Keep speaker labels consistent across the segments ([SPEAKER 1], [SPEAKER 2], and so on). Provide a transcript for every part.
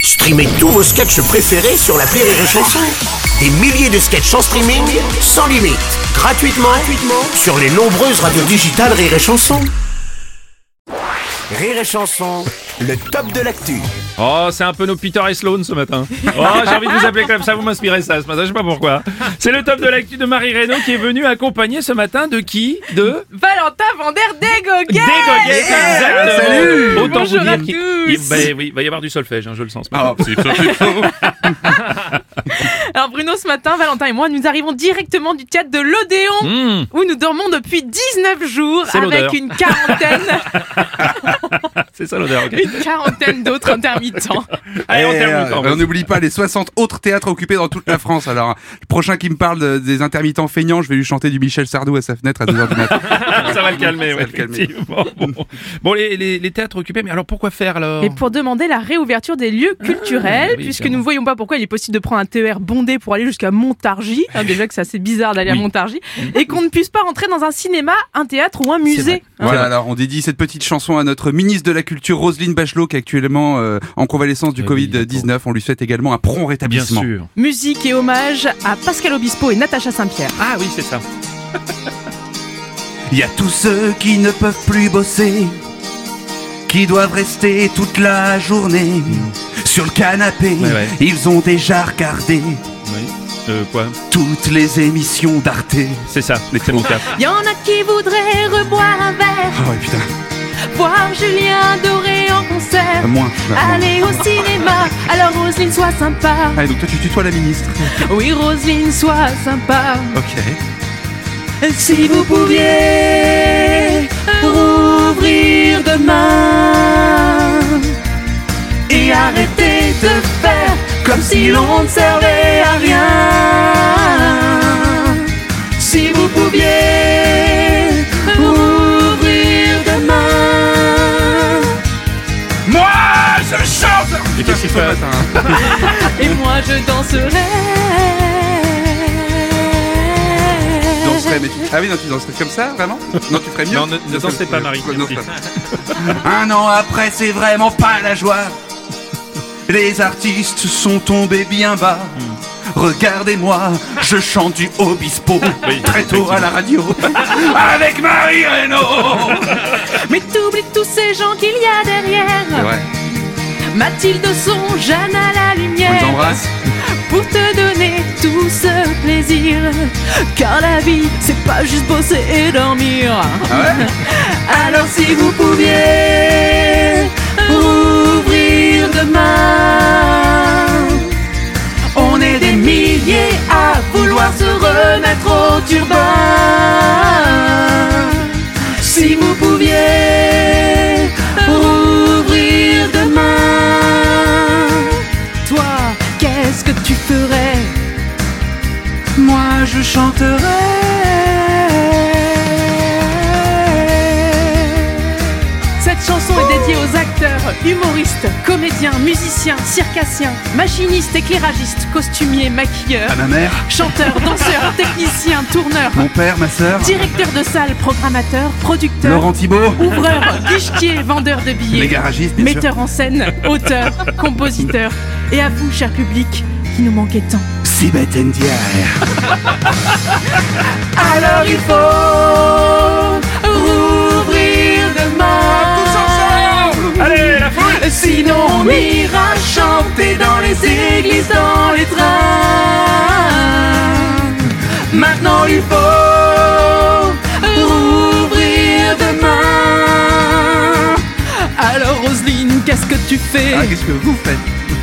[SPEAKER 1] Streamez tous vos sketchs préférés sur la Rire et Chanson. Des milliers de sketchs en streaming, sans limite, gratuitement, gratuitement sur les nombreuses radios digitales Rire et Chanson. Rire et Chanson, le top de l'actu.
[SPEAKER 2] Oh, c'est un peu nos Peter et Sloan ce matin. Oh, j'ai envie de vous appeler comme ça, vous m'inspirez ça ce matin, je sais pas pourquoi. C'est le top de l'actu de Marie Reynaud qui est venue accompagner ce matin de qui De
[SPEAKER 3] Valentin Vander Dégoguet
[SPEAKER 2] Des goguettes, exactement.
[SPEAKER 4] Salut
[SPEAKER 2] Autant
[SPEAKER 3] Bonjour
[SPEAKER 2] vous
[SPEAKER 3] à
[SPEAKER 2] dire qu'il
[SPEAKER 3] tous.
[SPEAKER 2] il- bah, oui, il va y avoir du solfège, hein, je le sens.
[SPEAKER 4] Ah,
[SPEAKER 2] ce matin.
[SPEAKER 3] Alors Bruno, ce matin, Valentin et moi, nous arrivons directement du théâtre de l'Odéon,
[SPEAKER 2] Mmh.
[SPEAKER 3] où nous dormons depuis 19 jours
[SPEAKER 2] C'est l'odeur.
[SPEAKER 3] avec une quarantaine,
[SPEAKER 2] C'est ça l'odeur, ok.
[SPEAKER 3] une quarantaine d'autres intermittents.
[SPEAKER 2] Allez, on
[SPEAKER 4] Et,
[SPEAKER 2] termine
[SPEAKER 4] euh,
[SPEAKER 2] le temps.
[SPEAKER 4] on n'oublie pas les 60 autres théâtres occupés dans toute la France. Alors, le prochain qui me parle de- des intermittents feignants, je vais lui chanter du Michel Sardou à sa fenêtre à 2h du matin.
[SPEAKER 2] ça va le calmer,
[SPEAKER 4] Ça va
[SPEAKER 2] ouais,
[SPEAKER 4] le calmer.
[SPEAKER 2] effectivement. Bon, Bon, les, les- les théâtres occupés, mais alors pourquoi faire alors
[SPEAKER 3] Et pour demander la réouverture des lieux culturels,
[SPEAKER 2] Ah, oui,
[SPEAKER 3] puisque
[SPEAKER 2] clairement.
[SPEAKER 3] nous ne voyons pas pourquoi il est possible de prendre un TER bondé pour aller jusqu'à Montargis, hein, déjà que c'est assez bizarre d'aller
[SPEAKER 2] Oui. Mm.
[SPEAKER 3] à Montargis, et qu'on ne puisse pas rentrer dans un cinéma, un théâtre ou un musée. hein.
[SPEAKER 4] voilà, alors on dédie cette petite chanson à notre ministre de la Culture, Roselyne Bachelot, qui est actuellement euh, en convalescence du
[SPEAKER 2] Eh oui,
[SPEAKER 4] Covid-19. On lui souhaite également un prompt
[SPEAKER 2] Bien
[SPEAKER 4] rétablissement.
[SPEAKER 2] sûr.
[SPEAKER 3] Musique et hommage à Pascal Obispo et Natacha Saint-Pierre.
[SPEAKER 2] Ah oui, c'est ça.
[SPEAKER 4] Il y a tous ceux qui ne peuvent plus bosser, qui doivent rester toute la journée sur le canapé.
[SPEAKER 2] Ouais, ouais.
[SPEAKER 4] Ils ont déjà regardé
[SPEAKER 2] Oui. Euh, quoi
[SPEAKER 4] toutes les émissions d'Arte.
[SPEAKER 2] C'est ça, c'est mon cas.
[SPEAKER 3] Il y en a qui voudraient reboire un verre,
[SPEAKER 4] Ah ouais, putain,
[SPEAKER 3] voir Julien Doré en concert.
[SPEAKER 4] euh, moins.
[SPEAKER 2] Ah,
[SPEAKER 4] là, moins.
[SPEAKER 3] Aller au cinéma, alors Roselyne, sois sympa.
[SPEAKER 4] Allez, donc toi tu tutoies la ministre.
[SPEAKER 3] Oui, Roselyne, sois sympa.
[SPEAKER 4] Ok.
[SPEAKER 3] Si vous pouviez rouvrir demain et arrêter de faire comme si l'on ne servait à rien. Si vous pouviez rouvrir demain.
[SPEAKER 4] Moi je chante
[SPEAKER 2] Et qu'est-ce qu'il
[SPEAKER 4] Ce
[SPEAKER 2] fait
[SPEAKER 4] matin, hein.
[SPEAKER 3] Et moi je danserai.
[SPEAKER 4] Non, je serais- mais tu- Ah oui, non, tu danserais comme ça, vraiment Non, tu ferais mieux
[SPEAKER 2] Non, ne- ne
[SPEAKER 4] Ça serait-
[SPEAKER 2] dansez pas, Marie,
[SPEAKER 4] Non,
[SPEAKER 2] merci.
[SPEAKER 4] pas- Un an après, c'est vraiment pas la joie. Les artistes sont tombés bien bas.
[SPEAKER 2] Hmm.
[SPEAKER 4] Regardez-moi, je chante du Obispo
[SPEAKER 2] Oui,
[SPEAKER 4] très tôt à la radio avec Marie Reynaud.
[SPEAKER 3] Mais t'oublies tous ces gens qu'il y a derrière. Mathilde au son, Jeanne à la
[SPEAKER 4] on les
[SPEAKER 3] lumière.
[SPEAKER 4] embrasse.
[SPEAKER 3] Pour te donner tout ce plaisir. Car la vie, c'est pas juste bosser et dormir.
[SPEAKER 4] Ah ouais
[SPEAKER 3] Alors si vous pouviez rouvrir demain, on est des milliers à vouloir se remettre au turbin. Si vous pouviez rouvrir demain, toi, qu'est-ce que tu ferais Moi, je chanterais. Cette chanson est dédiée aux acteurs, humoristes, comédiens, musiciens, circassiens, machinistes, éclairagistes, costumiers, maquilleurs,
[SPEAKER 4] À ma mère,
[SPEAKER 3] chanteurs, danseurs, techniciens, tourneurs,
[SPEAKER 4] mon père, ma sœur,
[SPEAKER 3] directeurs de salle, programmateurs, producteurs,
[SPEAKER 4] Laurent Thibault,
[SPEAKER 3] ouvreurs, guichetiers, vendeurs de
[SPEAKER 4] les
[SPEAKER 3] billets,
[SPEAKER 4] garagistes, bien sûr.
[SPEAKER 3] metteurs en scène, auteurs, compositeurs. Et à vous, cher public, qui nous manquait tant.
[SPEAKER 4] Sibeth Ndiaye.
[SPEAKER 3] Alors il faut rouvrir
[SPEAKER 2] Ah,
[SPEAKER 3] demain.
[SPEAKER 2] Allez, la foule
[SPEAKER 3] Sinon on ira chanter dans les églises, dans les trains. Maintenant il faut rouvrir demain. Alors Roselyne, qu'est-ce que tu fais
[SPEAKER 4] Ah, qu'est-ce que vous faites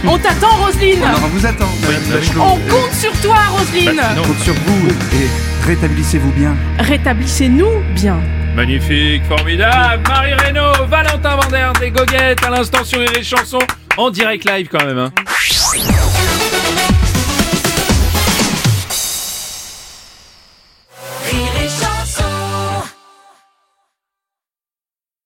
[SPEAKER 3] On t'attend Roselyne
[SPEAKER 4] Alors, on vous attend, Madame
[SPEAKER 2] bah oui.
[SPEAKER 4] Bachelot.
[SPEAKER 3] Ah. On compte sur toi Roselyne
[SPEAKER 2] Bah,
[SPEAKER 4] On compte sur vous et rétablissez-vous bien.
[SPEAKER 3] Rétablissez-nous bien.
[SPEAKER 2] Magnifique, formidable Marie Reynaud, Valentin Vander, des goguettes à l'instant sur les chansons en direct live quand même. hein.